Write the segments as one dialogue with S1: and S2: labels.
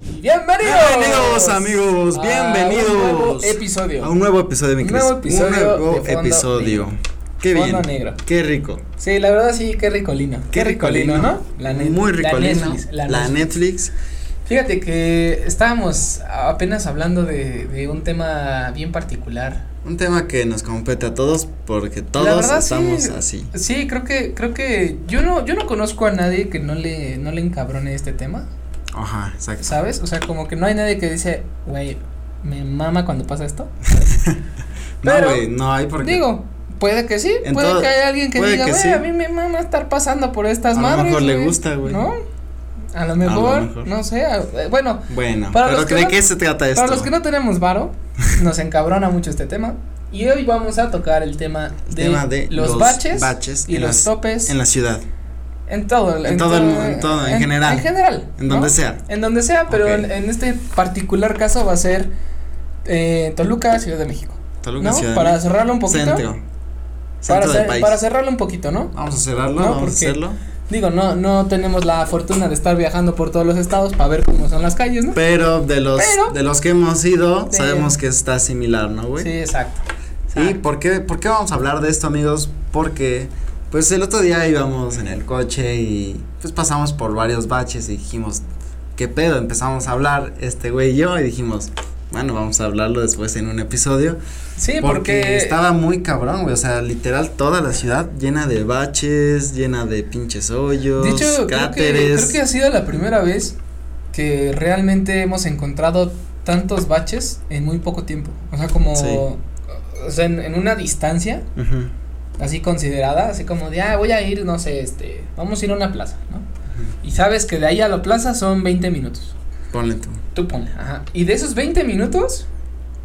S1: Bienvenidos.
S2: Bienvenidos amigos,
S1: a
S2: bienvenidos
S1: un nuevo episodio.
S2: a un nuevo episodio, mi
S1: Un
S2: Cris.
S1: nuevo episodio
S2: Un nuevo
S1: de Fondo
S2: episodio.
S1: Negro.
S2: Qué
S1: Fondo
S2: bien.
S1: negro.
S2: Qué rico.
S1: Sí, la verdad sí, qué ricolino. Qué ricolino, ¿no? La net-
S2: Muy
S1: la
S2: ricolino.
S1: Netflix,
S2: La,
S1: la Netflix.
S2: Netflix.
S1: Fíjate que estábamos apenas hablando de, de un tema bien particular.
S2: Un tema que nos compete a todos porque
S1: la
S2: todos
S1: verdad,
S2: estamos
S1: sí,
S2: así.
S1: Sí, creo que creo que yo no yo no conozco a nadie que no le no le encabrone este tema,
S2: Ajá, exacto.
S1: ¿sabes? O sea, como que no hay nadie que dice, güey, me mama cuando pasa esto.
S2: no,
S1: pero-
S2: güey, no hay porque
S1: Digo, puede que sí,
S2: En
S1: puede
S2: todo-
S1: que haya alguien que
S2: puede
S1: diga,
S2: que
S1: güey,
S2: sí.
S1: a mí me mama estar pasando por estas
S2: A lo
S1: madres.
S2: mejor le gusta, güey.
S1: ¿No? A lo mejor,
S2: mejor.
S1: no sé, a- eh, bueno,
S2: Bueno,
S1: Para
S2: pero
S1: los que
S2: ¿de
S1: no-
S2: qué se trata esto?
S1: para los que no tenemos varo, nos encabrona mucho este tema. Y hoy vamos a tocar el tema
S2: El
S1: de,
S2: tema de
S1: los,
S2: los
S1: baches,
S2: baches
S1: y
S2: en
S1: los
S2: las-
S1: topes
S2: En la ciudad,
S1: en todo,
S2: en todo el mu- en todo, en general.
S1: En general.
S2: en
S1: ¿no?
S2: donde sea.
S1: En donde sea, pero
S2: Ok.
S1: en, en este particular caso va a ser eh, Toluca, Ciudad de México.
S2: Toluca,
S1: ¿no?
S2: Ciudad de
S1: para
S2: México.
S1: cerrarlo un poquito.
S2: Centro.
S1: para,
S2: Centro
S1: cer-
S2: del país.
S1: para cerrarlo un poquito, ¿no?
S2: Vamos a cerrarlo,
S1: No,
S2: vamos a
S1: porque-
S2: hacerlo.
S1: Digo, no, no tenemos la fortuna de estar viajando por todos los estados para ver cómo son las calles, ¿no?
S2: Pero de los
S1: Pero-
S2: de los que hemos ido,
S1: Sí.
S2: sabemos que está similar, ¿no, güey?
S1: Sí, exacto.
S2: ¿Y
S1: Exacto.
S2: por qué, por qué vamos a hablar de esto, amigos? Porque, pues, el otro día íbamos en el coche y, pues, pasamos por varios baches y dijimos, ¿qué pedo? Empezamos a hablar este güey y yo y dijimos, bueno, vamos a hablarlo después en un episodio.
S1: Sí, porque,
S2: porque, estaba muy cabrón, güey, o sea, literal toda la ciudad llena de baches, llena de pinches hoyos,
S1: de hecho, creo que,
S2: cráteres.
S1: creo que ha sido la primera vez que realmente hemos encontrado tantos baches en muy poco tiempo. O sea, como
S2: Sí.
S1: o sea, en, en una distancia
S2: Ujú.
S1: así considerada, así como de, ah, voy a ir, no sé, este, vamos a ir a una plaza, ¿no? Y sabes que de ahí a la plaza son 20 minutos.
S2: Ponle tú.
S1: Tú ponle, ajá. Y de esos 20 minutos,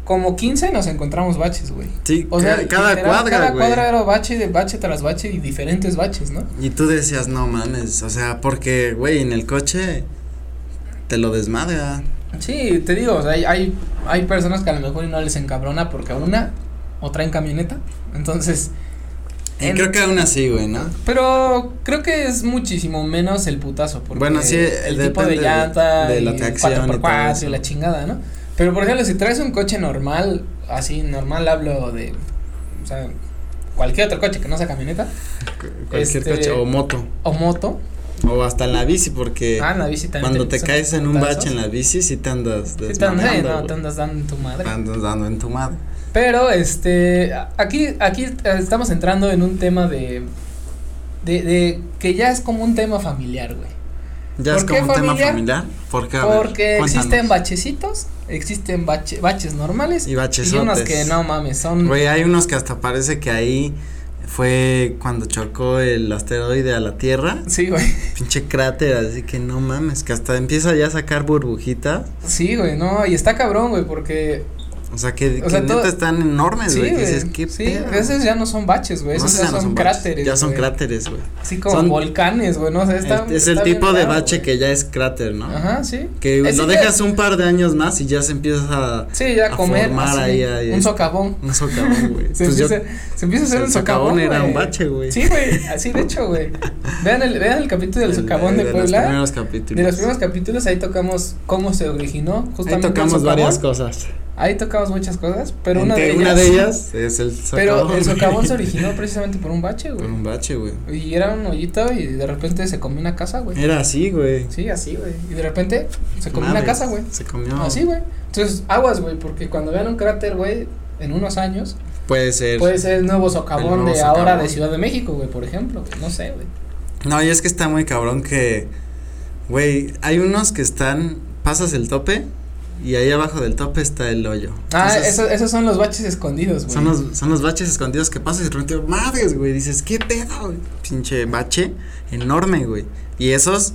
S1: como 15 nos encontramos baches, güey.
S2: Sí,
S1: O
S2: ca-
S1: sea,
S2: cada
S1: literal,
S2: cuadra,
S1: Cada
S2: güey.
S1: cuadra era bache de bache tras bache y diferentes baches, ¿no?
S2: Y tú decías, no mames, o sea, porque, güey, en el coche te lo desmadra.
S1: Sí, te digo, o sea, hay, hay, hay personas que a lo mejor y no les encabrona porque una o traen camioneta. Entonces,
S2: Y
S1: En-
S2: creo que aún así, güey, ¿no?
S1: pero creo que es muchísimo menos el putazo. Porque
S2: Bueno, sí,
S1: el
S2: eh,
S1: tipo
S2: depende
S1: de
S2: de-
S1: llanta,
S2: de la
S1: y el
S2: tracción y todo
S1: 4x4 y,
S2: eso.
S1: la chingada, ¿no? Pero por ejemplo, si traes un coche normal, así normal hablo de, o sea, cualquier otro coche que no sea camioneta
S2: Cu- Cualquier
S1: Este-
S2: coche, o moto,
S1: o moto,
S2: o hasta en la bici, porque
S1: Ah, en la bici también.
S2: cuando te
S1: son
S2: caes en un
S1: putazos.
S2: bache en la bici, sí te andas
S1: Sí, te andas,
S2: desmadrando,
S1: no,
S2: güey. Ah.
S1: te andas dando tu madre.
S2: Te andas dando en tu madre.
S1: Pero, este, a- aquí, aquí eh, estamos entrando en un tema de, de, de que ya es como un tema familiar, güey.
S2: Ya es
S1: ¿Por
S2: como
S1: qué
S2: un tema
S1: familiar?
S2: familiar, porque, a ver,
S1: Porque
S2: cuéntanos.
S1: existen bachecitos, existen bache- baches normales
S2: Y
S1: y unos
S2: bachesotes.
S1: que no mames, son...
S2: Güey, hay unos que hasta parece que ahí fue cuando chocó el asteroide a la Tierra.
S1: Sí, güey.
S2: Pinche cráter, así que no mames, que hasta empieza ya a sacar burbujitas.
S1: Sí, güey, no, y está cabrón, güey, porque...
S2: O sea, que,
S1: O
S2: que
S1: sea,
S2: neta
S1: todo-
S2: están enormes,
S1: Sí,
S2: güey. que
S1: güey,
S2: dices, ¿qué
S1: sí,
S2: pedo?
S1: esos ya no son baches, güey,
S2: No
S1: esos
S2: sé,
S1: ya
S2: no
S1: son,
S2: baches,
S1: cráteres,
S2: Ya son
S1: güey.
S2: cráteres, güey.
S1: Así como
S2: Son- Este
S1: volcanes, güey, no sé, está...
S2: es, es el
S1: está bien
S2: tipo de
S1: raro,
S2: bache
S1: güey.
S2: que ya es cráter, ¿no?
S1: Ajá, sí.
S2: Que
S1: Ese
S2: lo
S1: ya-
S2: dejas un par de años más y ya se empieza a.
S1: Sí, ya
S2: a
S1: comer
S2: formar
S1: así,
S2: ahí, ahí,
S1: un
S2: este,
S1: socavón.
S2: Un socavón, güey.
S1: Se,
S2: Pues yo-
S1: empieza, se empieza a hacer
S2: el
S1: un socavón.
S2: era un
S1: güey.
S2: bache, güey.
S1: Sí, güey, así de hecho, güey. Vean el, vean el capítulo del
S2: El-
S1: socavón de,
S2: Los
S1: Puebla.
S2: primeros capítulos.
S1: de los primeros capítulos ahí tocamos cómo se originó justamente
S2: Ahí
S1: el
S2: tocamos
S1: socavón.
S2: varias cosas.
S1: Ahí tocamos muchas cosas, pero una
S2: Entre
S1: de,
S2: una
S1: ellas,
S2: de ellas es el socavón.
S1: Pero el
S2: güey.
S1: socavón se originó precisamente por un bache,
S2: Por
S1: güey.
S2: un Eh. bache, güey.
S1: Y era un hoyito y de repente se comió una casa, güey.
S2: Era así, güey.
S1: Sí, así, güey. Y de repente se comió
S2: Mames,
S1: una casa, güey. Ah,
S2: Se comió.
S1: Así, güey. Entonces, aguas, güey, porque cuando vean un cráter, güey, en unos años,
S2: Puede ser.
S1: Puede ser el nuevo socavón
S2: El nuevo
S1: de
S2: socavón.
S1: ahora de Ciudad de México, güey, por ejemplo. güey, No sé, güey.
S2: No, y es que está muy cabrón que, güey, hay unos que están, pasas el tope y ahí abajo del tope está el hoyo.
S1: Ah,
S2: Entonces,
S1: esos, esos son los baches escondidos, güey.
S2: Son los, son los baches escondidos que pasas y de repente, madres, güey, dices, ¿qué pedo? güey?". Pinche bache enorme, güey. Y esos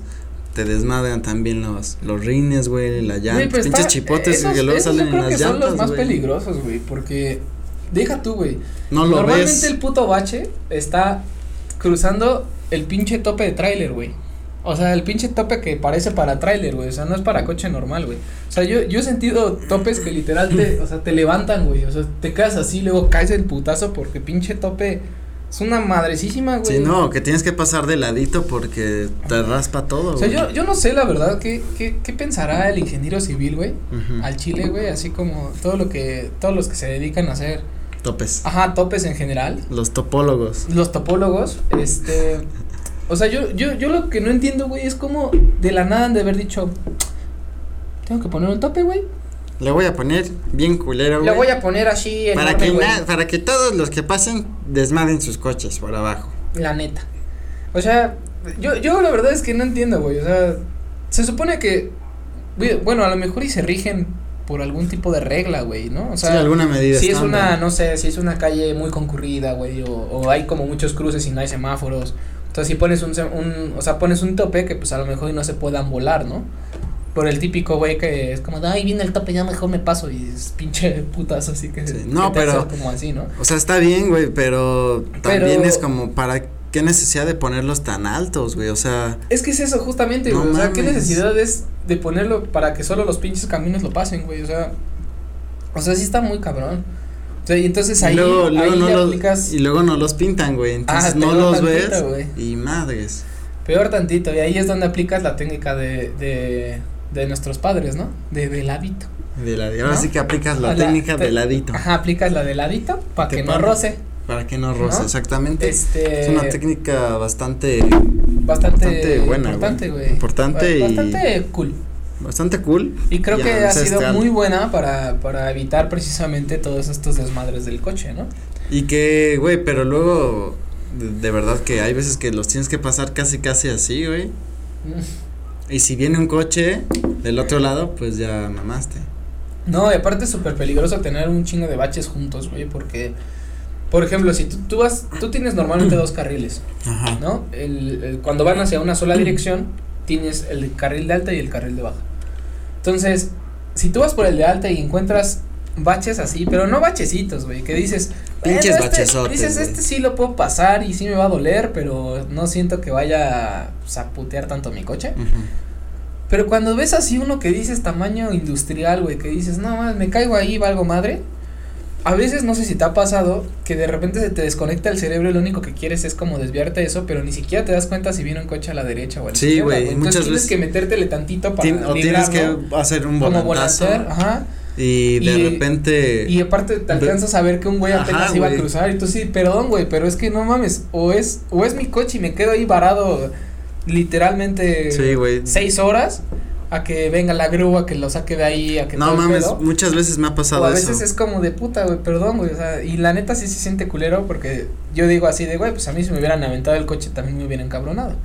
S2: te desmadran también los, los rines, güey, la
S1: Güey,
S2: llanta,
S1: pero
S2: pinches
S1: está-
S2: chipotes
S1: esos-
S2: que luego
S1: esos
S2: salen
S1: yo creo
S2: en las
S1: que
S2: llantas,
S1: son los más
S2: güey.
S1: peligrosos, güey, porque deja tú, güey.
S2: No lo
S1: Normalmente
S2: ves.
S1: el puto bache está cruzando el pinche tope de tráiler, güey. O sea, el pinche tope que parece para tráiler, güey. O sea, no es para coche normal, güey. O sea, yo, yo he sentido topes que literal te, o sea, te levantan, güey. O sea, te quedas así, luego caes el putazo porque pinche tope Es una madrecísima, güey.
S2: Sí, no, que tienes que pasar de ladito porque te raspa todo,
S1: O sea,
S2: güey.
S1: yo, yo no sé la verdad qué, qué, qué pensará el ingeniero civil, güey,
S2: Ujú.
S1: al Chile, güey, así como todo lo que, todos los que se dedican a hacer,
S2: Topes.
S1: ajá, topes en general,
S2: Los topólogos.
S1: los topólogos, este, o sea, yo, yo, yo lo que no entiendo, güey, es como de la nada han de haber dicho, tengo que poner un tope, güey,
S2: Le voy a poner bien culero, Ah, güey.
S1: lo voy a poner así en
S2: para que na- para que todos los que pasen desmaden sus coches por abajo.
S1: La neta. O sea, yo, yo la verdad es que no entiendo, güey. O sea, se supone que. güey, Bueno, a lo mejor y se rigen por algún tipo de regla, güey, ¿no? O sea,
S2: sí, alguna medida
S1: si es una,
S2: estándar.
S1: no sé, si es una calle muy concurrida, güey, o, o hay como muchos cruces y no hay semáforos. Entonces, si pones un, se- un, o sea, pones un tope que pues a lo mejor y no se puedan volar, ¿no? Por el típico güey que es como, de, ay, viene el tope, ya mejor me paso y es pinche putazo, así que.
S2: Sí,
S1: que
S2: no,
S1: te hace
S2: pero-
S1: Como así, ¿no?
S2: O sea, está bien, güey, pero también
S1: Pero-
S2: es como para qué necesidad de ponerlos tan altos, güey. O sea,
S1: Es que es eso, justamente,
S2: No
S1: güey. o sea, ¿qué
S2: mames.
S1: necesidad es de ponerlo para que solo los pinches camiones lo pasen, güey? O sea, o sea, sí está muy cabrón. O sea, y entonces Pues ahí,
S2: y luego, luego
S1: ahí
S2: no
S1: le
S2: los,
S1: aplicas
S2: y luego no los pintan, güey. Entonces
S1: Ah,
S2: no
S1: peor
S2: los
S1: tantito,
S2: ves
S1: güey.
S2: y madres.
S1: peor tantito. Y ahí es donde aplicas la técnica de, de, de nuestros padres, ¿no? De, del ladito.
S2: De la, ahora
S1: ¿No?
S2: sí que aplicas la
S1: O
S2: técnica
S1: te-
S2: de ladito
S1: Ajá, aplicas la de ladito para
S2: Te
S1: que no
S2: paras.
S1: roce.
S2: para que no roce,
S1: ¿No?
S2: exactamente.
S1: Este.
S2: es una técnica bastante
S1: bastante,
S2: bastante buena,
S1: importante,
S2: güey.
S1: güey.
S2: Importante y-
S1: Bastante cool.
S2: bastante cool.
S1: Y creo
S2: y este
S1: que ha sido
S2: ancestral.
S1: muy buena para, para evitar precisamente todos estos desmadres del coche, ¿no?
S2: Y que, güey, pero luego de, de verdad que hay veces que los tienes que pasar casi casi así, güey.
S1: Mm.
S2: Y si viene un coche del otro lado, pues ya mamaste.
S1: No, y aparte es súper peligroso tener un chingo de baches juntos, güey, porque, por ejemplo, si tú, tú vas, tú tienes normalmente dos carriles,
S2: Ajá.
S1: ¿no? El, el- cuando van hacia una sola dirección, tienes el carril de alta y el carril de baja. Entonces, si tú vas por el de alta y encuentras baches así, pero no bachecitos, güey, que dices,
S2: Pinches
S1: "Bueno, este-
S2: bachesotes,
S1: Dices,
S2: güey.
S1: este sí lo puedo pasar y sí me va a doler, pero no siento que vaya pues, a putear tanto mi coche.
S2: Ujú.
S1: Pero cuando ves así uno que dices tamaño industrial, güey, que dices, no mames, me caigo ahí, valgo madre. A veces no sé si te ha pasado que de repente se te desconecta el cerebro y lo único que quieres es como desviarte de eso, pero ni siquiera te das cuenta si viene un coche a la derecha o a la
S2: Sí,
S1: izquierda.
S2: güey, muchas
S1: Entonces tienes
S2: veces-
S1: que metértele tantito para
S2: Tien- o tienes
S1: librar, ¿no?
S2: que hacer un
S1: como
S2: volantazo
S1: volantear, ajá.
S2: y de
S1: Y-
S2: repente
S1: Y aparte te
S2: Ve-
S1: alcanzas a ver que un güey
S2: Ajá,
S1: apenas iba a
S2: güey.
S1: cruzar y tú sí, perdón, güey, pero es que no mames, o es o es mi coche y me quedo ahí varado literalmente
S2: Sí, güey.
S1: eh, seis horas a que venga la grúa, que lo saque de ahí, a que todo
S2: no
S1: el
S2: mames,
S1: pedo.
S2: muchas veces me ha
S1: O
S2: pasado
S1: a
S2: eso.
S1: veces es como de puta, güey, perdón, güey, o sea, y la neta sí se siente culero porque yo digo así de, güey, pues a mí si me hubieran aventado el coche también me hubiera encabronado.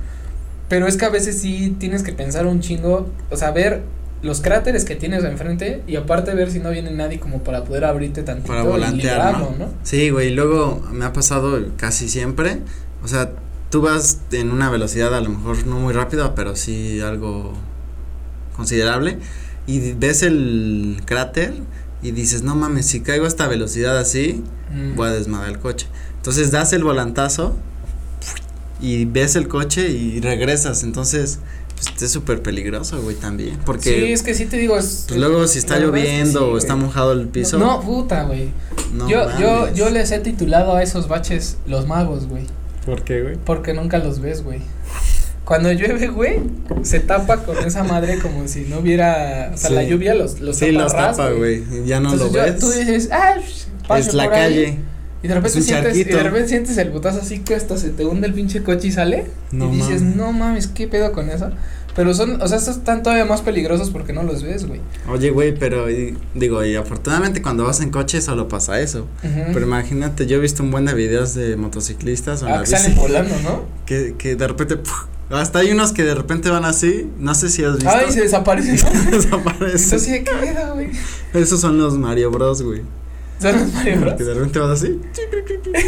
S1: Pero es que a veces sí tienes que pensar un chingo, o sea, ver los cráteres que tienes enfrente y aparte ver si no viene nadie como para poder abrirte tantito
S2: para
S1: y
S2: volantear,
S1: librarlo,
S2: ¿no? Sí, güey, y luego me ha pasado casi siempre, o sea, tú vas en una velocidad a lo mejor no muy rápida, pero sí algo considerable y ves el cráter y dices, "No mames, si caigo a esta velocidad así,
S1: Mm.
S2: voy a desmadrar el coche." Entonces das el volantazo y ves el coche y regresas, entonces pues, es súper peligroso, güey, también, porque
S1: Sí, es que sí te digo, es-
S2: pues, luego si está
S1: la verdad es que
S2: lloviendo
S1: sí,
S2: o
S1: güey.
S2: está mojado el piso,
S1: No, puta, güey.
S2: no
S1: yo, yo,
S2: mames.
S1: yo les he titulado a esos baches los magos, güey.
S2: ¿Por qué, güey?
S1: Porque nunca los ves, güey. Cuando llueve, güey, se tapa con esa madre como si no hubiera. O sea,
S2: Sí.
S1: la lluvia los, los
S2: sí,
S1: tapa.
S2: los
S1: ras,
S2: tapa, güey. Ya no
S1: Entonces
S2: lo
S1: yo-
S2: ves.
S1: tú dices, ah, paso
S2: es la
S1: por ahí",
S2: calle.
S1: Y de repente
S2: un
S1: sientes, y de
S2: charquito.
S1: repente sientes el botazo así que hasta se te hunde el pinche coche y sale.
S2: No
S1: y dices,
S2: mames.
S1: no mames, ¿qué pedo con eso? Pero son, o sea, estos están todavía más peligrosos porque no los ves, güey.
S2: Oye, güey, pero y- digo, y afortunadamente cuando vas en coche solo pasa eso.
S1: Ujú.
S2: Pero imagínate, yo he visto un buen de videos de motociclistas o en
S1: Ah,
S2: la
S1: que
S2: bici,
S1: salen volando, ¿no?
S2: que, que de repente ¡puf! hasta hay unos que de repente van así, no sé si has visto.
S1: Ay, Ah, se desaparecen, ¿no?
S2: desaparecen.
S1: Entonces, ¿qué pedo, güey?
S2: Esos son los Mario Bros, güey.
S1: Son los Mario Bros.
S2: Que de repente vas así.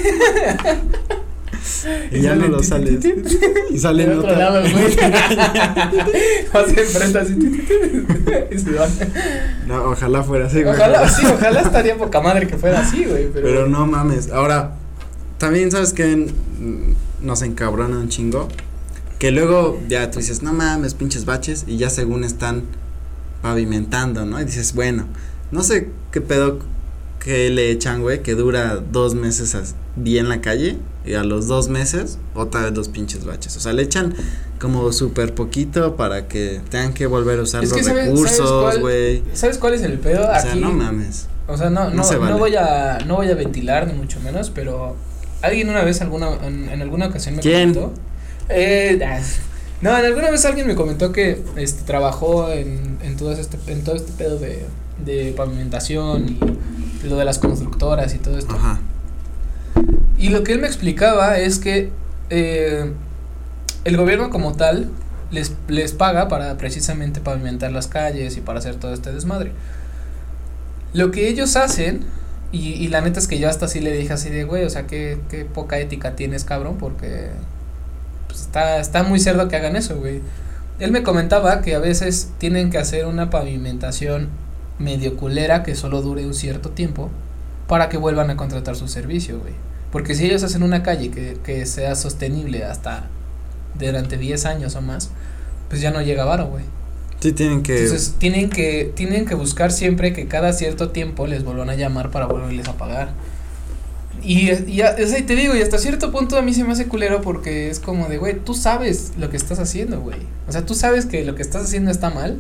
S2: y,
S1: Y
S2: ya no
S1: salen,
S2: lo
S1: ti, ti, ti,
S2: sales.
S1: ti.
S2: y salen
S1: Del otro
S2: otra-
S1: lado, güey. Vas enfrente así. y se van.
S2: No, ojalá fuera así, güey.
S1: Ojalá, sí, ojalá estaría poca madre que fuera así, güey. Pero,
S2: Pero no mames. Ahora, también sabes que nos encabrona un chingo. Que luego ya tú dices, no mames, pinches baches. Y ya según están pavimentando, ¿no? Y dices, bueno, no sé qué pedo que le echan, güey, que dura dos meses as- bien la calle. y a los dos meses otra vez los pinches baches. O sea, le echan como súper poquito para que tengan que volver a usar
S1: Es
S2: los
S1: que sabe-
S2: recursos,
S1: ¿sabes
S2: güey.
S1: ¿Sabes cuál es el pedo?
S2: O
S1: Aquí,
S2: sea, no mames.
S1: O sea, no,
S2: No
S1: no,
S2: se
S1: no
S2: vale.
S1: voy a, no voy a ventilar ni mucho menos, pero alguien una vez alguna, en, en alguna ocasión me
S2: ¿Quién?
S1: comentó. Eh, ah, no, en alguna vez alguien me comentó que este trabajó en, en todo este, en todo este pedo de, de pavimentación y lo de las constructoras y todo esto.
S2: Ajá.
S1: Y lo que él me explicaba es que eh, el gobierno como tal les, les paga para precisamente pavimentar las calles y para hacer todo este desmadre. Lo que ellos hacen, y, y la neta es que yo hasta así le dije así de, güey, o sea, qué, qué poca ética tienes, cabrón, porque pues, está, está muy cerdo que hagan eso, güey. Él me comentaba que a veces tienen que hacer una pavimentación medio culera que solo dure un cierto tiempo para que vuelvan a contratar su servicio, güey. Porque si ellos hacen una calle que, que sea sostenible hasta durante 10 años o más, pues ya no llega varo, güey.
S2: Sí tienen que
S1: Entonces tienen que, tienen que buscar siempre que cada cierto tiempo les vuelvan a llamar para volverles a pagar. Y, y, a- o sea, y te digo, y hasta cierto punto a mí se me hace culero porque es como de, güey, tú sabes lo que estás haciendo, güey. O sea, tú sabes que lo que estás haciendo está mal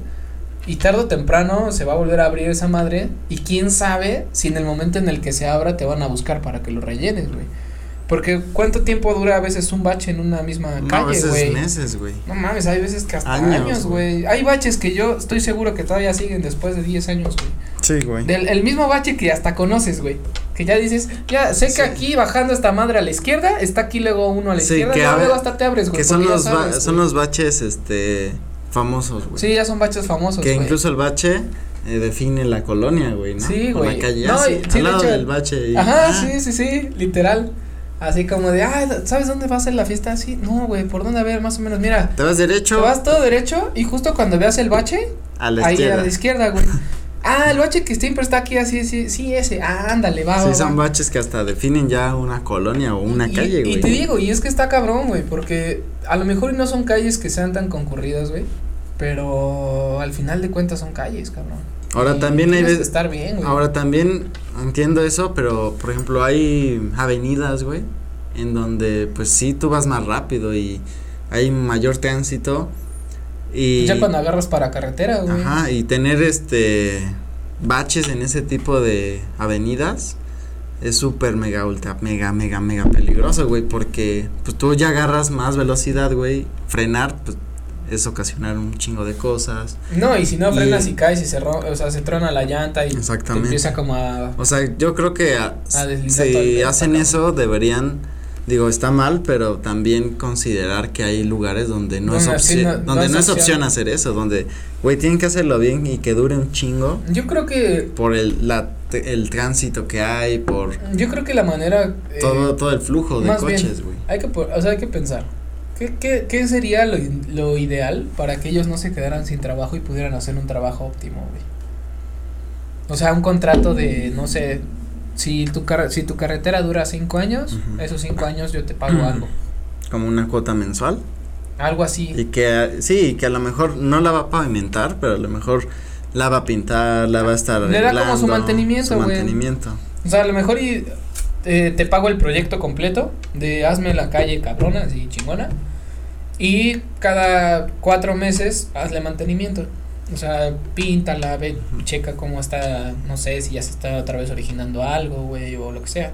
S1: y tarde o temprano se va a volver a abrir esa madre y quién sabe si en el momento en el que se abra te van a buscar para que lo rellenes, güey. Porque cuánto tiempo dura a veces un bache en una misma
S2: no, a
S1: calle,
S2: veces
S1: güey.
S2: meses, güey.
S1: No mames, hay veces que hasta
S2: Años,
S1: años, güey. Hay baches que yo estoy seguro que todavía siguen después de 10 años, güey.
S2: Sí, güey.
S1: Del el mismo bache que hasta conoces, güey. Que ya dices, ya sé que
S2: Sí.
S1: aquí bajando esta madre a la izquierda, está aquí luego uno a la
S2: Sí,
S1: izquierda,
S2: que
S1: luego,
S2: a ver-
S1: luego hasta te abres, güey.
S2: Que son
S1: porque pues, ya
S2: los ba-
S1: sabes,
S2: son
S1: güey.
S2: los baches este famosos, güey.
S1: Sí, ya son baches famosos,
S2: Que
S1: güey.
S2: incluso el bache eh, define la colonia, güey, ¿no?
S1: Sí,
S2: O la
S1: güey.
S2: calle
S1: No,
S2: así,
S1: y- sí,
S2: al
S1: de
S2: lado
S1: hecho-
S2: del bache. y-
S1: Ajá,
S2: ah,
S1: sí, sí, sí, literal. Así como de, ah, ¿sabes dónde va a ser la fiesta? Así, no, güey, ¿por dónde? A ver, más o menos, mira.
S2: Te vas
S1: Te
S2: derecho
S1: vas todo derecho y justo cuando veas el bache,
S2: a la
S1: ahí
S2: izquierda.
S1: a la izquierda, güey. Ah, el bache que siempre está aquí, así, sí, sí, ese. Ah, ándale, va, va,
S2: Sí, son
S1: va.
S2: baches que hasta definen ya una colonia o una
S1: Y-
S2: calle, güey.
S1: Y te digo, y es que está cabrón, güey, porque a lo mejor no son calles que sean tan concurridas, güey, pero al final de cuentas son calles, cabrón.
S2: Ahora
S1: Y
S2: también hay
S1: tienes que
S2: veces.
S1: estar bien, güey.
S2: Ahora también entiendo eso, pero por ejemplo hay avenidas, güey, en donde pues sí tú vas más rápido y hay mayor tránsito y
S1: Pues ya cuando agarras para carretera, güey.
S2: ajá, y tener este baches en ese tipo de avenidas es súper mega ultra mega mega mega peligroso, güey, porque pues tú ya agarras más velocidad, güey, frenar pues es ocasionar un chingo de cosas.
S1: No, y si no
S2: Y-
S1: frenas y caes y se rom- o sea, se trona la llanta y te
S2: Exactamente.
S1: empieza como a
S2: O sea, yo creo que a-
S1: A deslizar todo el
S2: si
S1: pedo,
S2: hacen
S1: cabrón.
S2: eso deberían, digo, está mal, pero también considerar que hay lugares donde no
S1: Bueno,
S2: es
S1: sí,
S2: opción,
S1: no- no
S2: donde
S1: es
S2: no es
S1: opción.
S2: opción hacer eso, donde, güey, tienen que hacerlo bien y que dure un chingo
S1: Yo creo que
S2: por el la t- el tránsito que hay, por
S1: yo creo que la manera eh,
S2: todo todo el flujo de
S1: más bien,
S2: coches, güey.
S1: Hay que, po- o sea, hay que pensar. ¿Qué, qué, qué sería lo, in- lo ideal para que ellos no se quedaran sin trabajo y pudieran hacer un trabajo óptimo, güey? O sea, un contrato de, no sé, si tu, carre- si tu carretera dura cinco años,
S2: Ujú.
S1: esos cinco años yo te pago algo.
S2: Como una cuota mensual
S1: Algo así.
S2: y que a- sí, y que a lo mejor no la va a pavimentar, pero a lo mejor la va a pintar, la va a estar
S1: Le da como su
S2: arreglando,
S1: mantenimiento,
S2: su
S1: güey.
S2: mantenimiento.
S1: O sea, a lo mejor y, eh, te pago el proyecto completo de hazme la calle cabrona, así chingona. Y cada cuatro meses hazle mantenimiento. O sea, píntala, ve, checa cómo está, no sé, si ya se está otra vez originando algo, güey, o lo que sea.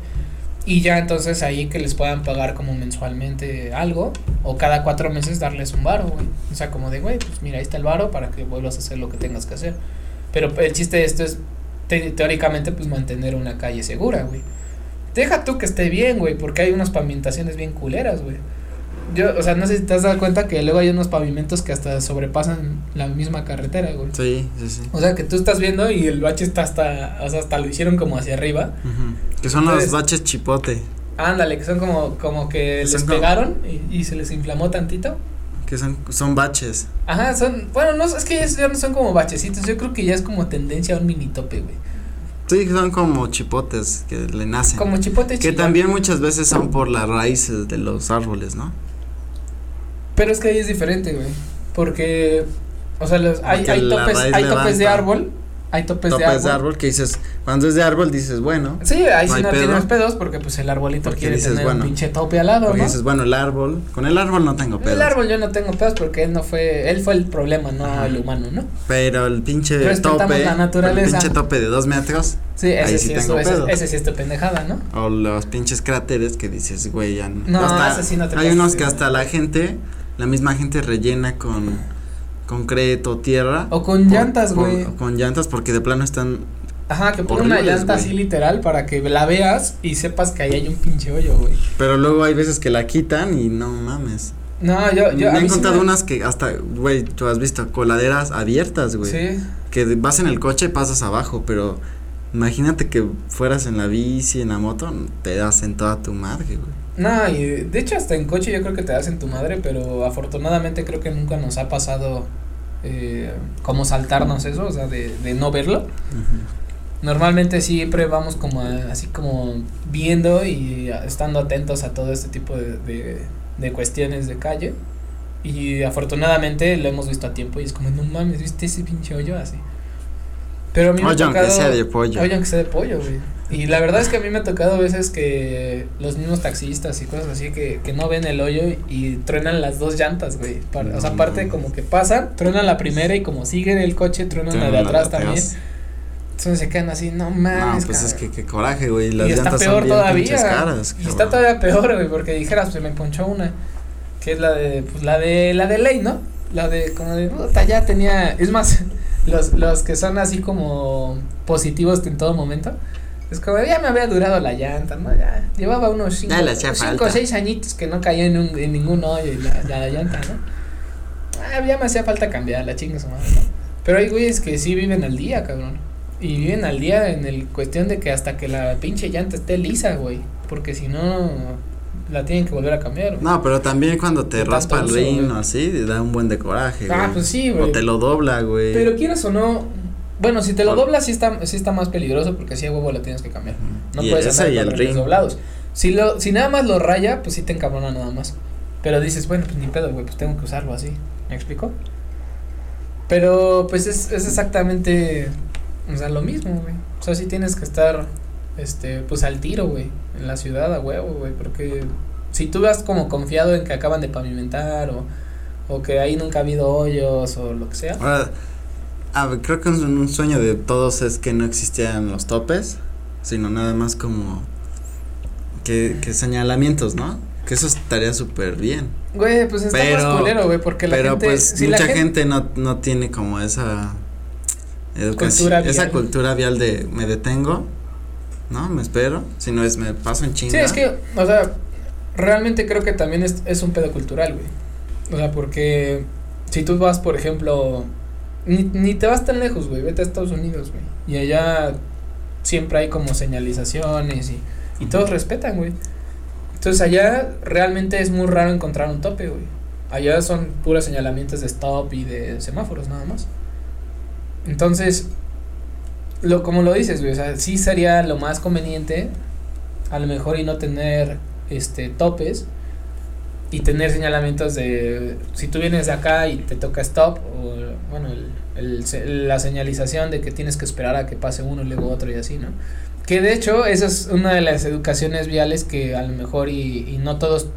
S1: Y ya entonces ahí que les puedan pagar como mensualmente algo, o cada cuatro meses darles un varo, güey. O sea, como de, güey, pues mira, ahí está el varo para que vuelvas a hacer lo que tengas que hacer. Pero el chiste de esto es te- teóricamente, pues mantener una calle segura, güey. Deja tú que esté bien, güey, porque hay unas pavimentaciones bien culeras, güey. Yo, o sea, no sé si te has dado cuenta que luego hay unos pavimentos que hasta sobrepasan la misma carretera, güey.
S2: Sí, sí, sí.
S1: O sea, que tú estás viendo y el bache está hasta, o sea, hasta lo hicieron como hacia arriba.
S2: Ujú. Que son los
S1: Entonces-
S2: baches chipote,
S1: Ándale, que son como, como que
S2: Son
S1: les
S2: como-
S1: pegaron y, y se les inflamó tantito.
S2: que son, son baches.
S1: Ajá, son, bueno, no, es que ya no son como bachecitos, yo creo que ya es como tendencia a un mini tope, güey.
S2: Sí, que son como chipotes que le nacen.
S1: Como chipote
S2: que
S1: chillón.
S2: también muchas veces son por las raíces de los árboles, ¿no?
S1: Pero es que ahí es diferente, güey. Porque, o sea, los, hay,
S2: Porque
S1: hay
S2: la
S1: topes,
S2: raíz
S1: hay topes de
S2: levanta.
S1: árbol Hay topes,
S2: topes
S1: Pues de árbol.
S2: que dices, cuando es de árbol dices, bueno,
S1: Sí, ahí
S2: No
S1: sí
S2: hay
S1: no
S2: pedo.
S1: tienes pedos porque pues el arbolito
S2: Porque
S1: quiere
S2: dices,
S1: tener
S2: bueno,
S1: un pinche tope al lado,
S2: porque
S1: ¿no?
S2: dices, bueno, el árbol, con el árbol no tengo pedos,
S1: el árbol yo no tengo pedos porque él no fue, él fue el problema, no
S2: Ajá.
S1: el humano, ¿no?
S2: pero el pinche
S1: Respetamos
S2: tope,
S1: la
S2: el
S1: naturaleza.
S2: pinche tope de dos metros
S1: Sí, ese
S2: Ahí
S1: sí,
S2: sí
S1: es,
S2: tengo
S1: ese-
S2: pedos.
S1: ese sí es tu pendejada, ¿no?
S2: o los pinches cráteres que dices, güey, ya no,
S1: No,
S2: hasta-
S1: ese sí no te
S2: hay
S1: pases,
S2: unos
S1: sí,
S2: que
S1: no.
S2: hasta la gente, la misma gente rellena con concreto, tierra.
S1: O con
S2: por-
S1: llantas,
S2: por-
S1: güey.
S2: o Con llantas porque de plano están
S1: Ajá, que pone una
S2: horribles,
S1: llanta
S2: güey.
S1: así literal para que la veas y sepas que ahí hay un pinche hoyo, güey.
S2: Pero luego hay veces que la quitan y no mames.
S1: No, yo, yo. a
S2: me he
S1: mí sí
S2: encontrado
S1: me-
S2: unas que hasta, güey, tú has visto, coladeras abiertas, güey.
S1: Sí.
S2: Que de- vas en el coche y pasas abajo, pero imagínate que fueras en la bici, en la moto, te das en toda tu madre, güey.
S1: No, y de hecho hasta en coche yo creo que te das en tu madre, pero afortunadamente creo que nunca nos ha pasado eh, como saltarnos eso, o sea, de, de no verlo. Normalmente siempre vamos como a- así como viendo y a- estando atentos a todo este tipo de, de, de cuestiones de calle. Y afortunadamente lo hemos visto a tiempo y es como, no mames, ¿viste ese pinche hoyo así? Pero a mí me ha
S2: Oye, aunque
S1: tocado-
S2: sea de pollo.
S1: Oye, aunque sea de pollo, güey. Y la verdad es que a mí me ha tocado a veces que los mismos taxistas y cosas así que, que no ven el hoyo y truenan las dos llantas, güey. Par- o sea,
S2: No
S1: aparte
S2: mames.
S1: como que pasan, truenan la primera y como sigue el coche, truenan la de atrás también. Entonces se quedan así, no mames.
S2: No, pues es
S1: cabrón".
S2: que qué coraje, güey. Las
S1: y está
S2: llantas
S1: peor
S2: son bien
S1: todavía.
S2: pinches caras.
S1: y está
S2: cabrón.
S1: todavía peor, güey, porque dijeras, pues me ponchó una. Que es la de, pues la de, la de ley, ¿no? La de, como de, puta, ya tenía. Es más, los, los que son así como positivos en todo momento. Es como, ya me había durado la llanta, ¿no? Ya llevaba unos cinco,
S2: Ya le hacía
S1: cinco o
S2: falta.
S1: seis añitos que no caía en, un- en ningún hoyo y la, la llanta, ¿no? Ah, ya me hacía falta cambiarla, chingue su madre. ¿no? Pero hay güeyes que sí viven al día, cabrón. Y viven al día en el cuestión de que hasta que la pinche llanta esté lisa, güey. Porque si no, la tienen que volver a cambiar. güey.
S2: No, pero también cuando te
S1: Tanto
S2: raspa el
S1: uso,
S2: rin
S1: güey.
S2: o así, te da un buen de coraje,
S1: ah,
S2: güey.
S1: pues sí,
S2: o
S1: güey.
S2: te lo dobla, güey.
S1: Pero quieras o no, bueno, si te lo
S2: Por-
S1: doblas sí está, sí está más peligroso porque si a huevo lo tienes que cambiar. No
S2: y
S1: puedes
S2: ese
S1: andar
S2: y
S1: con
S2: el
S1: rines
S2: ring.
S1: doblados. Si, lo, si nada más lo raya, pues sí te encabrona nada más. Pero dices, bueno, pues ni pedo, güey, pues tengo que usarlo así. ¿Me explico? Pero pues es, es exactamente, o sea, lo mismo, güey. O sea, sí tienes que estar, este, pues al tiro, güey, en la ciudad a huevo, güey, porque si tú vas como confiado en que acaban de pavimentar o, o que ahí nunca ha habido hoyos o lo que sea.
S2: Ahora, a ver, creo que un, un sueño de todos es que no existían los topes, sino nada más como que, que señalamientos, ¿no? Que eso estaría súper bien.
S1: Güey, pues está
S2: Pero-
S1: más culero, güey, porque la
S2: Pero
S1: gente.
S2: pues
S1: si la
S2: mucha gente, no, no tiene como esa educación,
S1: Cultura
S2: esa
S1: vial.
S2: cultura vial de me detengo, ¿no? Me espero, si no es me paso en chinga.
S1: Sí, es que, o sea, realmente creo que también es, es un pedo cultural, güey. O sea, porque si tú vas, por ejemplo, ni, ni te vas tan lejos, güey, vete a Estados Unidos, güey. Y allá siempre hay como señalizaciones y, y todos respetan, güey. Entonces allá realmente es muy raro encontrar un tope, güey. Allá son puros señalamientos de stop y de semáforos nada más. Entonces, lo como lo dices, güey, o sea, sí sería lo más conveniente a lo mejor y no tener este topes y tener señalamientos de si tú vienes de acá y te toca stop o bueno el- el se- la señalización de que tienes que esperar a que pase uno y luego otro y así no que de hecho esa es una de las educaciones viales que a lo mejor y, y no todos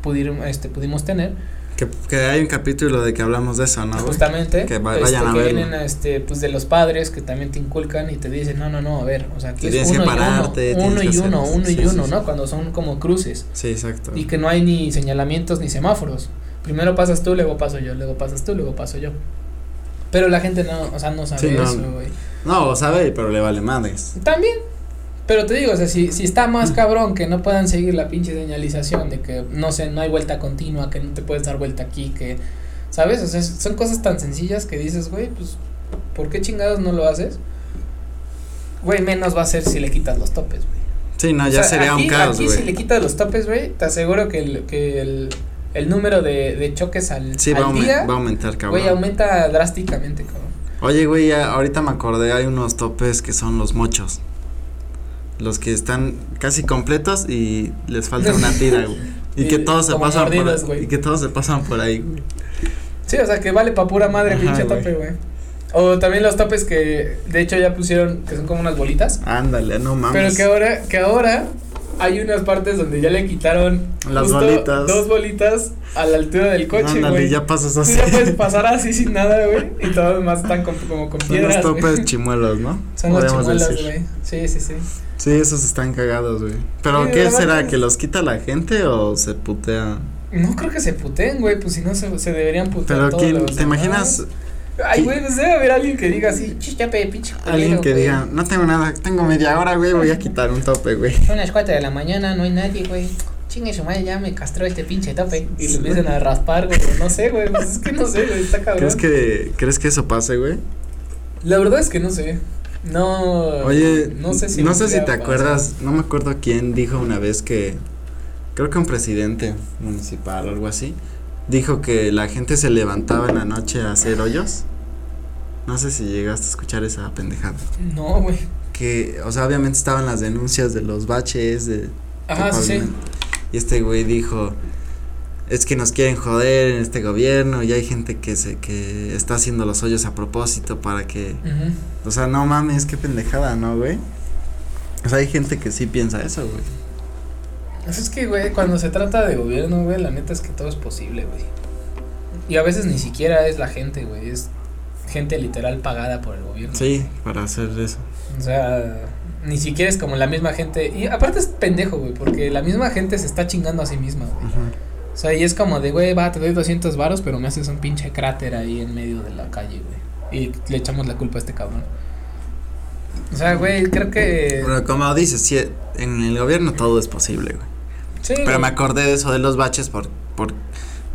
S1: pudieron este pudimos tener
S2: Que, que hay un capítulo de que hablamos de eso, ¿no? güey?
S1: justamente
S2: Ah, que va-
S1: este,
S2: vayan a
S1: que
S2: verlo.
S1: vienen este pues de los padres que también te inculcan y te dicen no no no a ver o sea
S2: Te
S1: que es
S2: tienes que
S1: uno
S2: pararte,
S1: y uno uno
S2: tienes
S1: y
S2: que hacer
S1: uno
S2: esto".
S1: uno
S2: Sí,
S1: y
S2: sí,
S1: uno
S2: sí.
S1: no cuando son como cruces
S2: Sí, exacto.
S1: y que no hay ni señalamientos ni semáforos. Primero pasas tú, luego paso yo, luego pasas tú, luego paso yo. Pero la gente no, o sea, no sabe
S2: Sí, no.
S1: eso, güey.
S2: No, o sabe, pero le vale madres.
S1: También, pero te digo, o sea, si, si está más
S2: Mm.
S1: cabrón que no puedan seguir la pinche señalización de que, no sé, no hay vuelta continua, que no te puedes dar vuelta aquí, que, ¿sabes? O sea, es- son cosas tan sencillas que dices, güey, pues, ¿por qué chingados no lo haces? Güey, menos va a ser si le quitas los topes, güey.
S2: Sí, no,
S1: O
S2: Ah, ya
S1: sea,
S2: sería
S1: aquí-
S2: un caos,
S1: Aquí
S2: güey.
S1: si le quitas los topes, güey, te aseguro que el, que el, el número de, de choques al,
S2: Sí, va,
S1: al
S2: a aumen-
S1: día,
S2: va a aumentar, cabrón.
S1: güey, aumenta drásticamente, cabrón.
S2: Oye, güey, ya ahorita me acordé, hay unos topes que son los mochos. Los que están casi completos y les falta una tira, güey. Y,
S1: Y
S2: que todos se
S1: como
S2: pasan
S1: mordidos,
S2: por
S1: güey.
S2: y que todos se pasan por ahí, güey.
S1: Sí, o sea, que vale pa' pura madre
S2: Ajá,
S1: pinche
S2: güey.
S1: tope, güey. O también los topes que de hecho ya pusieron que son como unas bolitas.
S2: Ándale, no mames.
S1: Pero que ahora, que ahora hay unas partes donde ya le quitaron
S2: Las
S1: justo
S2: bolitas.
S1: dos bolitas a la altura del coche,
S2: Ándale,
S1: güey.
S2: ya pasas
S1: Tú
S2: así.
S1: ya puedes pasar así sin nada, güey. Y todos demás están con- como con
S2: Son
S1: piedras.
S2: los
S1: güey.
S2: topes chimuelos, ¿no?
S1: Son los
S2: Podríamos
S1: chimuelos,
S2: decir.
S1: güey. Sí, sí, sí.
S2: Sí, esos están cagados, güey. Pero
S1: Sí, la
S2: ¿qué
S1: verdad
S2: será?
S1: que-
S2: ¿Que los quita la gente o se putea?
S1: No creo que se puteen, güey. Pues si no, se, se deberían putear.
S2: Pero
S1: todos
S2: ¿quién?
S1: los
S2: ¿Te
S1: demás.
S2: imaginas
S1: Ay, güey, pues debe haber alguien que diga así, chichape, pinche.
S2: alguien
S1: culero,
S2: que
S1: güey.
S2: diga, no tengo nada, tengo media hora, güey, voy a quitar un tope, güey?
S1: Son las 4 de la mañana, no hay nadie, güey. Chingue su madre, ya me castró este pinche tope. Y le empiezan a raspar, güey. No sé, güey. Pues es que no sé, güey. Está cabrón.
S2: ¿Crees que, ¿Crees que eso pase, güey?
S1: La verdad es que no sé. No.
S2: Oye,
S1: no sé si.
S2: te
S1: hubiera pasado.
S2: acuerdas, no me acuerdo quién dijo una vez que, creo que un presidente municipal o algo así, dijo que la gente se levantaba en la noche a hacer hoyos. No sé si llegaste a escuchar esa pendejada.
S1: No, güey.
S2: Que, o sea, obviamente estaban las denuncias de los baches, de...
S1: Ajá, sí, sí.
S2: pavimento. Y este güey dijo, es que nos quieren joder en este gobierno y hay gente que se, que está haciendo los hoyos a propósito para que
S1: Ujú.
S2: o sea, no mames, qué pendejada, ¿no, güey? O sea, hay gente que sí piensa eso, güey.
S1: Pues es que, güey, cuando se trata de gobierno, güey, la neta es que todo es posible, güey. Y a veces ni siquiera es la gente, güey. Es gente literal pagada por el gobierno.
S2: Sí, para hacer eso.
S1: O sea, ni siquiera es como la misma gente. Y aparte es pendejo, güey, porque la misma gente se está chingando a sí misma, güey.
S2: Ajá.
S1: O sea, y es como de, güey, va, te doy 200 varos, pero me haces un pinche cráter ahí en medio de la calle, güey. Y le echamos la culpa a este cabrón. O sea, güey, creo que...
S2: Pero como dices, sí, en el gobierno todo es posible, güey.
S1: Sí,
S2: Pero
S1: güey.
S2: me acordé de eso de los baches por, por,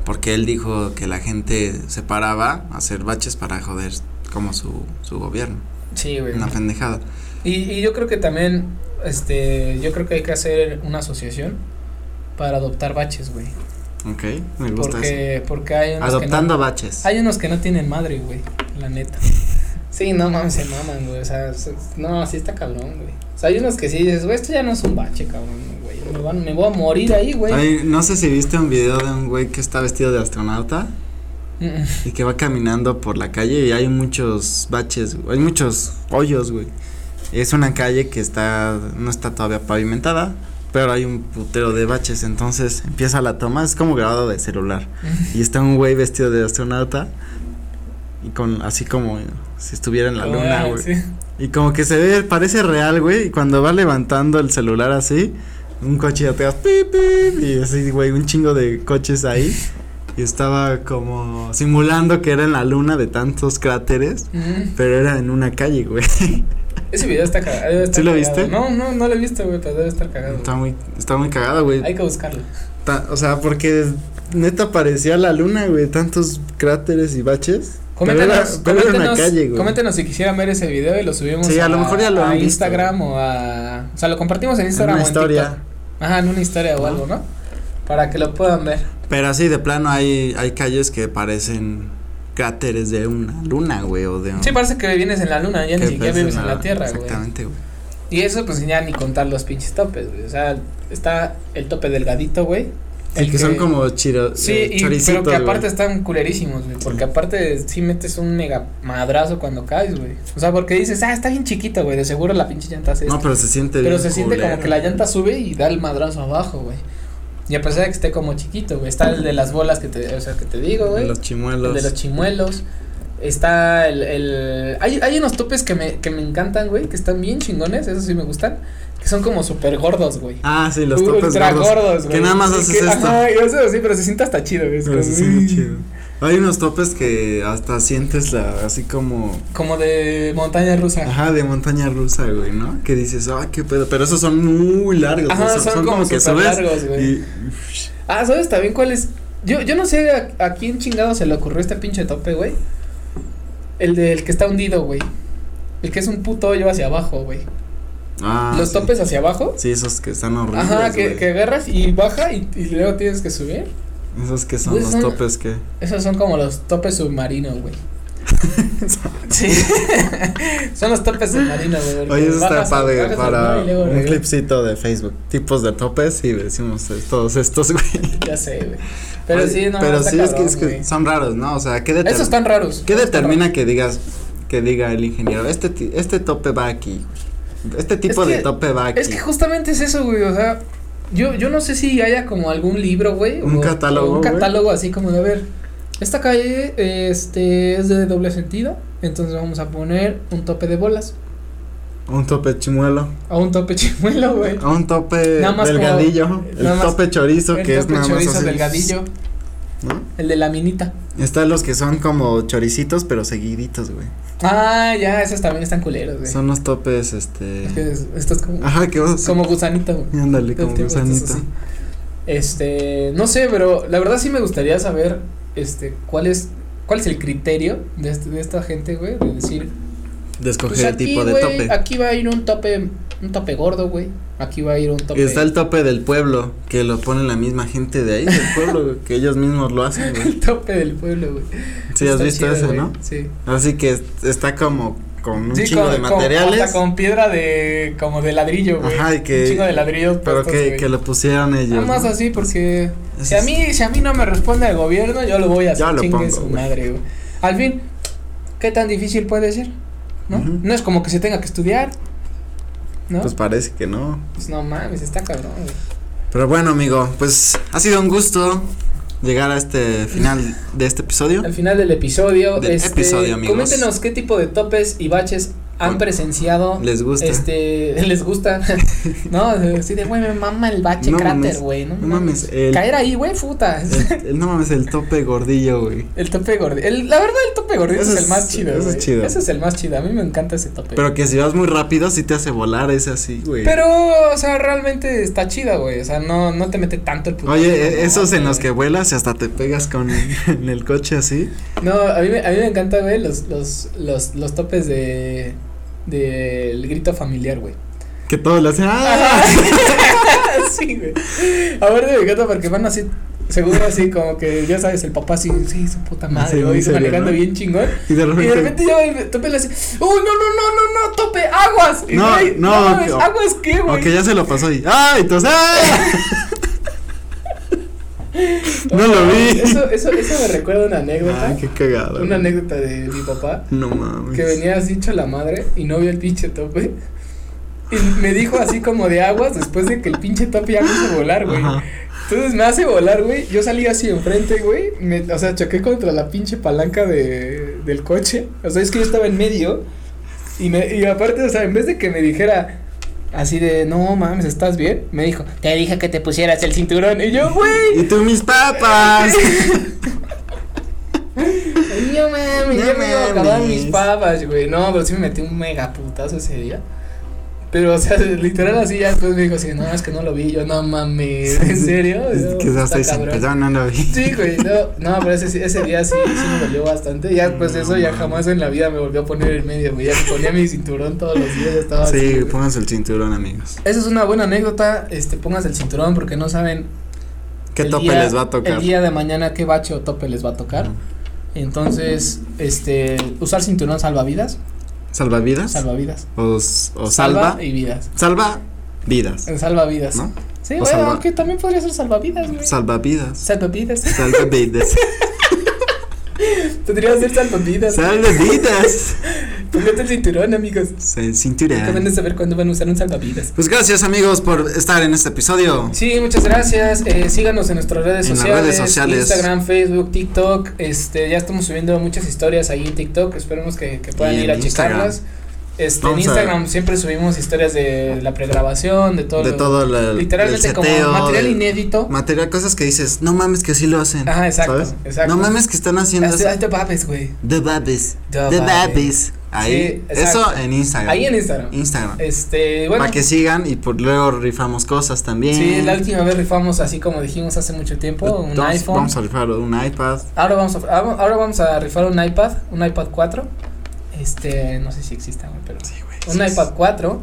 S2: porque él dijo que la gente se paraba a hacer baches para joder como su, su gobierno.
S1: Sí, güey.
S2: Una pendejada.
S1: Y, y yo creo que también, este, yo creo que hay que hacer una asociación para adoptar baches, güey.
S2: Ok, me gusta
S1: Porque, porque hay
S2: eso.
S1: unos
S2: Adoptando
S1: que
S2: baches.
S1: no, hay unos que no tienen madre, güey, la neta. Sí, no mames, se maman, güey, o sea, se- no, así está cabrón, güey. O sea, hay unos que sí dices, güey, esto ya no es un bache, cabrón, güey, me, van- me voy a morir ahí, güey.
S2: Ay, no sé si viste un video de un güey que está vestido de astronauta.
S1: Mm, mm.
S2: Y que va caminando por la calle y hay muchos baches, güey, hay muchos hoyos, güey. Es una calle que está, no está todavía pavimentada, pero hay un putero de baches, entonces empieza la toma, es como grabado de celular. Y está un güey vestido de astronauta y con, así como si estuviera en la luna,
S1: Ah,
S2: güey.
S1: sí.
S2: Y como que se ve, parece real, güey, y cuando va levantando el celular así, un coche ya te va, pip, pip, y así, güey, un chingo de coches ahí. Y estaba como simulando que era en la luna de tantos cráteres,
S1: Mm.
S2: pero era en una calle, güey.
S1: Ese video está cagado. debe estar
S2: ¿Sí lo
S1: cagado.
S2: viste?
S1: No, no, no lo he visto, güey, pero debe estar cagado.
S2: Está muy, está muy cagado, güey.
S1: güey. Hay que buscarlo.
S2: Ta- O sea, porque neta parecía la luna, güey, tantos cráteres y baches. Pero era-
S1: Coméntenos,
S2: pero era
S1: coméntenos,
S2: una calle, güey.
S1: coméntenos si quisieran ver ese video y lo subimos
S2: Sí, a lo mejor ya lo
S1: a
S2: han visto.
S1: Instagram o a o sea, lo compartimos en
S2: En
S1: Instagram
S2: una
S1: o en
S2: historia.
S1: TikTok. Ajá, en una historia o
S2: Ajá.
S1: algo, ¿no? Para que lo puedan ver.
S2: Pero así de plano hay, hay calles que parecen cráteres de una luna, güey, o de un-
S1: Sí, parece que vienes en la luna, ya
S2: que
S1: ni siquiera
S2: parecen
S1: vives en la Tierra, güey.
S2: Exactamente, güey.
S1: Y eso pues ya ni contar los pinches topes, güey. O sea, está el tope delgadito, güey.
S2: Sí, que, son como chiro,
S1: Sí,
S2: eh,
S1: y, pero
S2: choricitos,
S1: que aparte
S2: güey.
S1: están culerísimos, güey. Porque aparte sí metes un mega madrazo cuando caes, güey. O sea, porque dices, ah, está bien chiquita, güey. De seguro la pinche llanta hace
S2: No,
S1: esto".
S2: pero se siente
S1: Pero
S2: bien
S1: se siente como
S2: culero.
S1: que la llanta sube y da el madrazo abajo, güey. Y a pesar de que esté como chiquito, güey. Está el de las bolas que te, o sea, que te digo, güey.
S2: De los chimuelos.
S1: El de los chimuelos. Está el. el- Hay, hay unos topes que me, que me encantan, güey. Que están bien chingones. Esos sí me gustan. Que son como súper gordos, güey.
S2: Ah, sí, los topes
S1: Ultra
S2: gordos.
S1: gordos, güey.
S2: que nada más
S1: Y
S2: haces
S1: que-
S2: esto.
S1: Ajá, y eso sí, pero se siente hasta chido, güey. Es
S2: Pero se
S1: como,
S2: siente
S1: "Uy".
S2: chido. Hay unos topes que hasta sientes la así como
S1: Como de montaña rusa. Ajá,
S2: ajá de montaña rusa, güey, ¿no? Que dices, "Ah, qué pedo", pero esos son muy largos, o sea,
S1: son, como,
S2: que
S1: súper
S2: subes
S1: largos, güey.
S2: y
S1: Ah, ¿sabes también cuál es? Yo, yo no sé a, a quién chingado se le ocurrió este pinche tope, güey. El del que está hundido, güey. El que es un puto hoyo hacia abajo, güey.
S2: ah,
S1: Los
S2: sí.
S1: topes hacia abajo.
S2: Sí, esos que están horribles.
S1: Ajá, que,
S2: güey.
S1: que agarras y baja y, y luego tienes que subir.
S2: Esos que son
S1: Pues
S2: los
S1: son-
S2: topes que
S1: Esos son como los topes submarinos, güey. sí. son los topes submarinos, güey.
S2: Oye, eso está
S1: Bajas a-
S2: padre
S1: bajas al
S2: para
S1: mar y luego
S2: un
S1: regresas.
S2: clipcito de Facebook. Tipos de topes y decimos eh, todos estos, güey.
S1: Ya sé, güey. Pero
S2: Oye,
S1: sí, no
S2: Pero
S1: está
S2: sí, es que,
S1: cabrón,
S2: es que
S1: güey.
S2: son raros, ¿no? O sea, ¿qué, deter-
S1: Esos están raros.
S2: ¿qué
S1: Esos están
S2: determina que digas, que diga el ingeniero, este, ti- este tope va aquí, güey. Este tipo
S1: Es
S2: de
S1: que-
S2: tope va aquí.
S1: Es que justamente es eso, güey, o sea, yo, yo no sé si haya como algún libro, güey.
S2: Un
S1: o-
S2: catálogo,
S1: o Un
S2: güey.
S1: catálogo así como de, a ver, esta calle este, es de doble sentido, entonces vamos a poner un tope de bolas,
S2: Un tope chimuelo.
S1: o un tope chimuelo, güey.
S2: Un tope
S1: Nada más
S2: delgadillo.
S1: como-
S2: el
S1: nada más-
S2: tope chorizo,
S1: El
S2: que es
S1: tope
S2: nada más
S1: chorizo
S2: así,
S1: delgadillo,
S2: ¿no?
S1: el de la minita.
S2: Están los que son como choricitos, pero seguiditos, güey.
S1: Ah, ya, esos también están culeros, güey.
S2: Son Ah, los topes, este.
S1: Es que es- esto es como,
S2: Ajá, que vos.
S1: como gusanito, güey.
S2: Ándale,
S1: Todo
S2: como
S1: el tiempo estás
S2: gusanito.
S1: así. Este, no sé, pero la verdad sí me gustaría saber, este, cuál es, cuál es el criterio de, este- de esta gente, güey, de decir,
S2: De escoger
S1: pues
S2: el
S1: aquí,
S2: tipo de
S1: güey,
S2: tope.
S1: aquí va a ir un tope, un tope gordo, güey, aquí va a ir un tope.
S2: Está el tope del pueblo, que lo pone la misma gente de ahí, del pueblo, güey, que ellos mismos lo hacen, güey.
S1: el tope del pueblo, güey.
S2: Sí, has
S1: Está
S2: visto
S1: chido,
S2: eso,
S1: güey,
S2: ¿no?
S1: Sí.
S2: Así que es- está como con un
S1: Sí,
S2: chingo
S1: con-
S2: de
S1: con- hasta
S2: materiales,
S1: con piedra de, como de ladrillo, güey.
S2: Ajá, y que-
S1: Un chingo de ladrillos.
S2: pero
S1: puestos,
S2: que,
S1: güey.
S2: que lo pusieron ellos.
S1: Nada más
S2: ¿no?
S1: así porque
S2: Ese
S1: si a
S2: es-
S1: mí si a mí no me responde el gobierno, yo lo voy a
S2: Yo
S1: hacer
S2: lo
S1: chingue
S2: pongo,
S1: su
S2: güey.
S1: madre, güey. Al fin, ¿qué tan difícil puede ser? ¿No?
S2: Ujú.
S1: No es como que se tenga que estudiar. ¿No?
S2: Pues
S1: Pues,
S2: parece que no.
S1: no mames, está cabrón, güey.
S2: Pero bueno, amigo, pues ha sido un gusto llegar a este final de este episodio.
S1: Al final del episodio,
S2: Del
S1: este,
S2: episodio, amigos.
S1: coméntenos qué tipo de topes y baches han
S2: Con-
S1: presenciado.
S2: ¿Les gusta?
S1: Este, les gusta, ¿no? Así de, güey, me mama el bache
S2: No
S1: cráter,
S2: mames,
S1: güey, no,
S2: no
S1: mames.
S2: mames, el-
S1: Caer ahí, güey, puta.
S2: El- el- no mames, el tope gordillo, güey.
S1: El tope gordito. El, la verdad, el tope gordito es,
S2: Ese
S1: el más
S2: es-
S1: chido.
S2: ese es
S1: Ese es
S2: chido.
S1: Ese es el más chido. A mí me encanta ese tope.
S2: Pero que si vas muy rápido, sí te hace volar, es así, güey.
S1: Pero, o sea, realmente está chida, güey. O sea, no, no te mete tanto el puto.
S2: Oye,
S1: no,
S2: e- esos en
S1: güey.
S2: los que vuelas y hasta te pegas con en el coche así.
S1: No, a mí, me- a mí me encanta, güey, los, los, los, los topes de. Del grito familiar, güey.
S2: Que todos le hacen. ¡Ah!
S1: sí, güey. A ver, me encanta porque van así, seguro así, como que ya sabes, el papá así, sí, su puta
S2: Sí,
S1: madre,
S2: muy
S1: güey,
S2: serio,
S1: manejando
S2: ¿no?
S1: bien chingón.
S2: Y de
S1: Y
S2: repente.
S1: de repente yo el tope le hace, ¡Uy, no, no, no, no, no, tope, aguas! Y,
S2: No,
S1: güey,
S2: no,
S1: mames,
S2: ok.
S1: ¿Aguas qué,
S2: o
S1: güey?
S2: que ya se lo pasó y. ¡Ah! Entonces. ¡Ah! no lo vi.
S1: Eso, eso, eso me recuerda una anécdota,
S2: Ay, qué cagado.
S1: una anécdota de mi papá,
S2: No mames.
S1: que venía así hecho la madre y no vio el pinche tope. Y me dijo así como de aguas después de que el pinche tope ya me hizo volar, güey.
S2: Ajá.
S1: Entonces me hace volar, güey. Yo salí así enfrente, güey. me- o sea, choqué contra la pinche palanca de, del coche. O sea, es que yo estaba en medio. Y, me, y aparte, o sea, en vez de que me dijera así de, no mames, ¿estás bien? Me dijo, te dije que te pusieras el cinturón. Y yo,
S2: Y
S1: güey.
S2: tú mis papas.
S1: No mames, ya
S2: No
S1: me iba a acabar
S2: mames.
S1: mis papas, güey. No, pero sí me metí un mega putazo ese día. Pero, o sea, literal así ya después me dijo así, no, es que no lo vi. Yo, no mames, ¿en serio? Yo,
S2: que hasta
S1: "Está
S2: dicen,
S1: cabrón".
S2: perdón, no lo vi.
S1: Sí, güey, no, no, pero ese, ese día sí, sí me dolió bastante. Ya después de eso, ya jamás en la vida me volvió a poner en medio, güey. Ya me ponía mi cinturón todos los días, ya estaba así,
S2: Sí,
S1: güey.
S2: pónganse el cinturón, amigos.
S1: Esa es una buena anécdota, este, pónganse el cinturón porque no saben
S2: ¿Qué
S1: el
S2: tope
S1: día-
S2: les va a tocar?
S1: El día de mañana qué bache o tope les va a tocar. Entonces, este, usar cinturón salva vidas,
S2: ¿Salvavidas?
S1: salva vidas.
S2: o, s- o salva.
S1: y vidas.
S2: Salva vidas.
S1: En salva vidas.
S2: ¿No?
S1: Sí,
S2: O
S1: bueno,
S2: salva-
S1: aunque también podría ser salvavidas, güey.
S2: Salvavidas.
S1: salvavidas.
S2: Salvavidas.
S1: Tendría que ser salvavidas.
S2: Salvavidas.
S1: Pónganse el cinturón, amigos. Que
S2: Se
S1: van a
S2: cinturón.
S1: saber cuándo van a usar un salvavidas.
S2: Pues gracias, amigos, por estar en este episodio.
S1: Sí, muchas gracias. eh, síganos en nuestras redes
S2: En las
S1: sociales,
S2: redes sociales.
S1: Instagram, Facebook, TikTok. Este, ya estamos subiendo muchas historias ahí en TikTok. Esperemos que, que puedan
S2: Y en
S1: ir a
S2: Instagram.
S1: checarlas. Este, en
S2: Vamos a-
S1: Instagram siempre subimos historias de la pregrabación, de todo.
S2: de
S1: lo-
S2: todo la- el.
S1: literalmente como
S2: seteo,
S1: material
S2: del-
S1: inédito.
S2: Material, cosas que dices, no mames que sí lo hacen.
S1: Ajá, exacto,
S2: ¿sabes?
S1: exacto.
S2: No mames que están haciendo
S1: Hasta-
S2: eso.
S1: hasta babes, güey.
S2: The Babes.
S1: The
S2: The
S1: Babes.
S2: Babes. Ahí.
S1: Sí,
S2: eso
S1: exacto.
S2: en Instagram.
S1: Ahí en Instagram.
S2: Instagram.
S1: Este, bueno.
S2: Para que sigan y por luego rifamos cosas también.
S1: Sí, la última vez rifamos así como dijimos hace mucho tiempo, un
S2: Pues, Vamos-
S1: iPhone.
S2: Vamos a rifar un iPad.
S1: Ahora vamos a, ahora ahora vamos a rifar un iPad, un iPad 4. Este, no sé si exista, güey, pero
S2: Sí, güey.
S1: un iPad 4,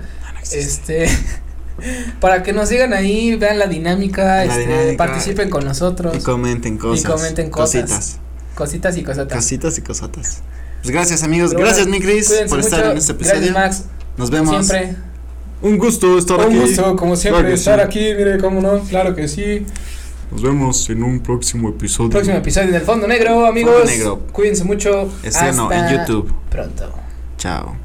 S1: este para que nos sigan ahí, vean la dinámica,
S2: La
S1: este,
S2: dinámica.
S1: participen con nosotros,
S2: Y comenten cosas.
S1: comenten cosas.
S2: Cositas.
S1: cositas y cosotas.
S2: Cositas y cosotas. Pues gracias, amigos.
S1: Pero
S2: gracias,
S1: bueno,
S2: mi Cris,
S1: Cuídense
S2: por estar
S1: mucho.
S2: en este
S1: Gracias,
S2: episodio.
S1: Max,
S2: Nos vemos.
S1: siempre.
S2: Un gusto estar aquí.
S1: Un gusto, como siempre,
S2: Claro que
S1: estar
S2: sí.
S1: aquí, mire, cómo no, claro que sí.
S2: Nos vemos en un próximo episodio.
S1: Próximo episodio del Fondo Negro, amigos.
S2: Negro.
S1: Cuídense mucho.
S2: Estreno en
S1: Hasta
S2: YouTube.
S1: Pronto.
S2: Chao.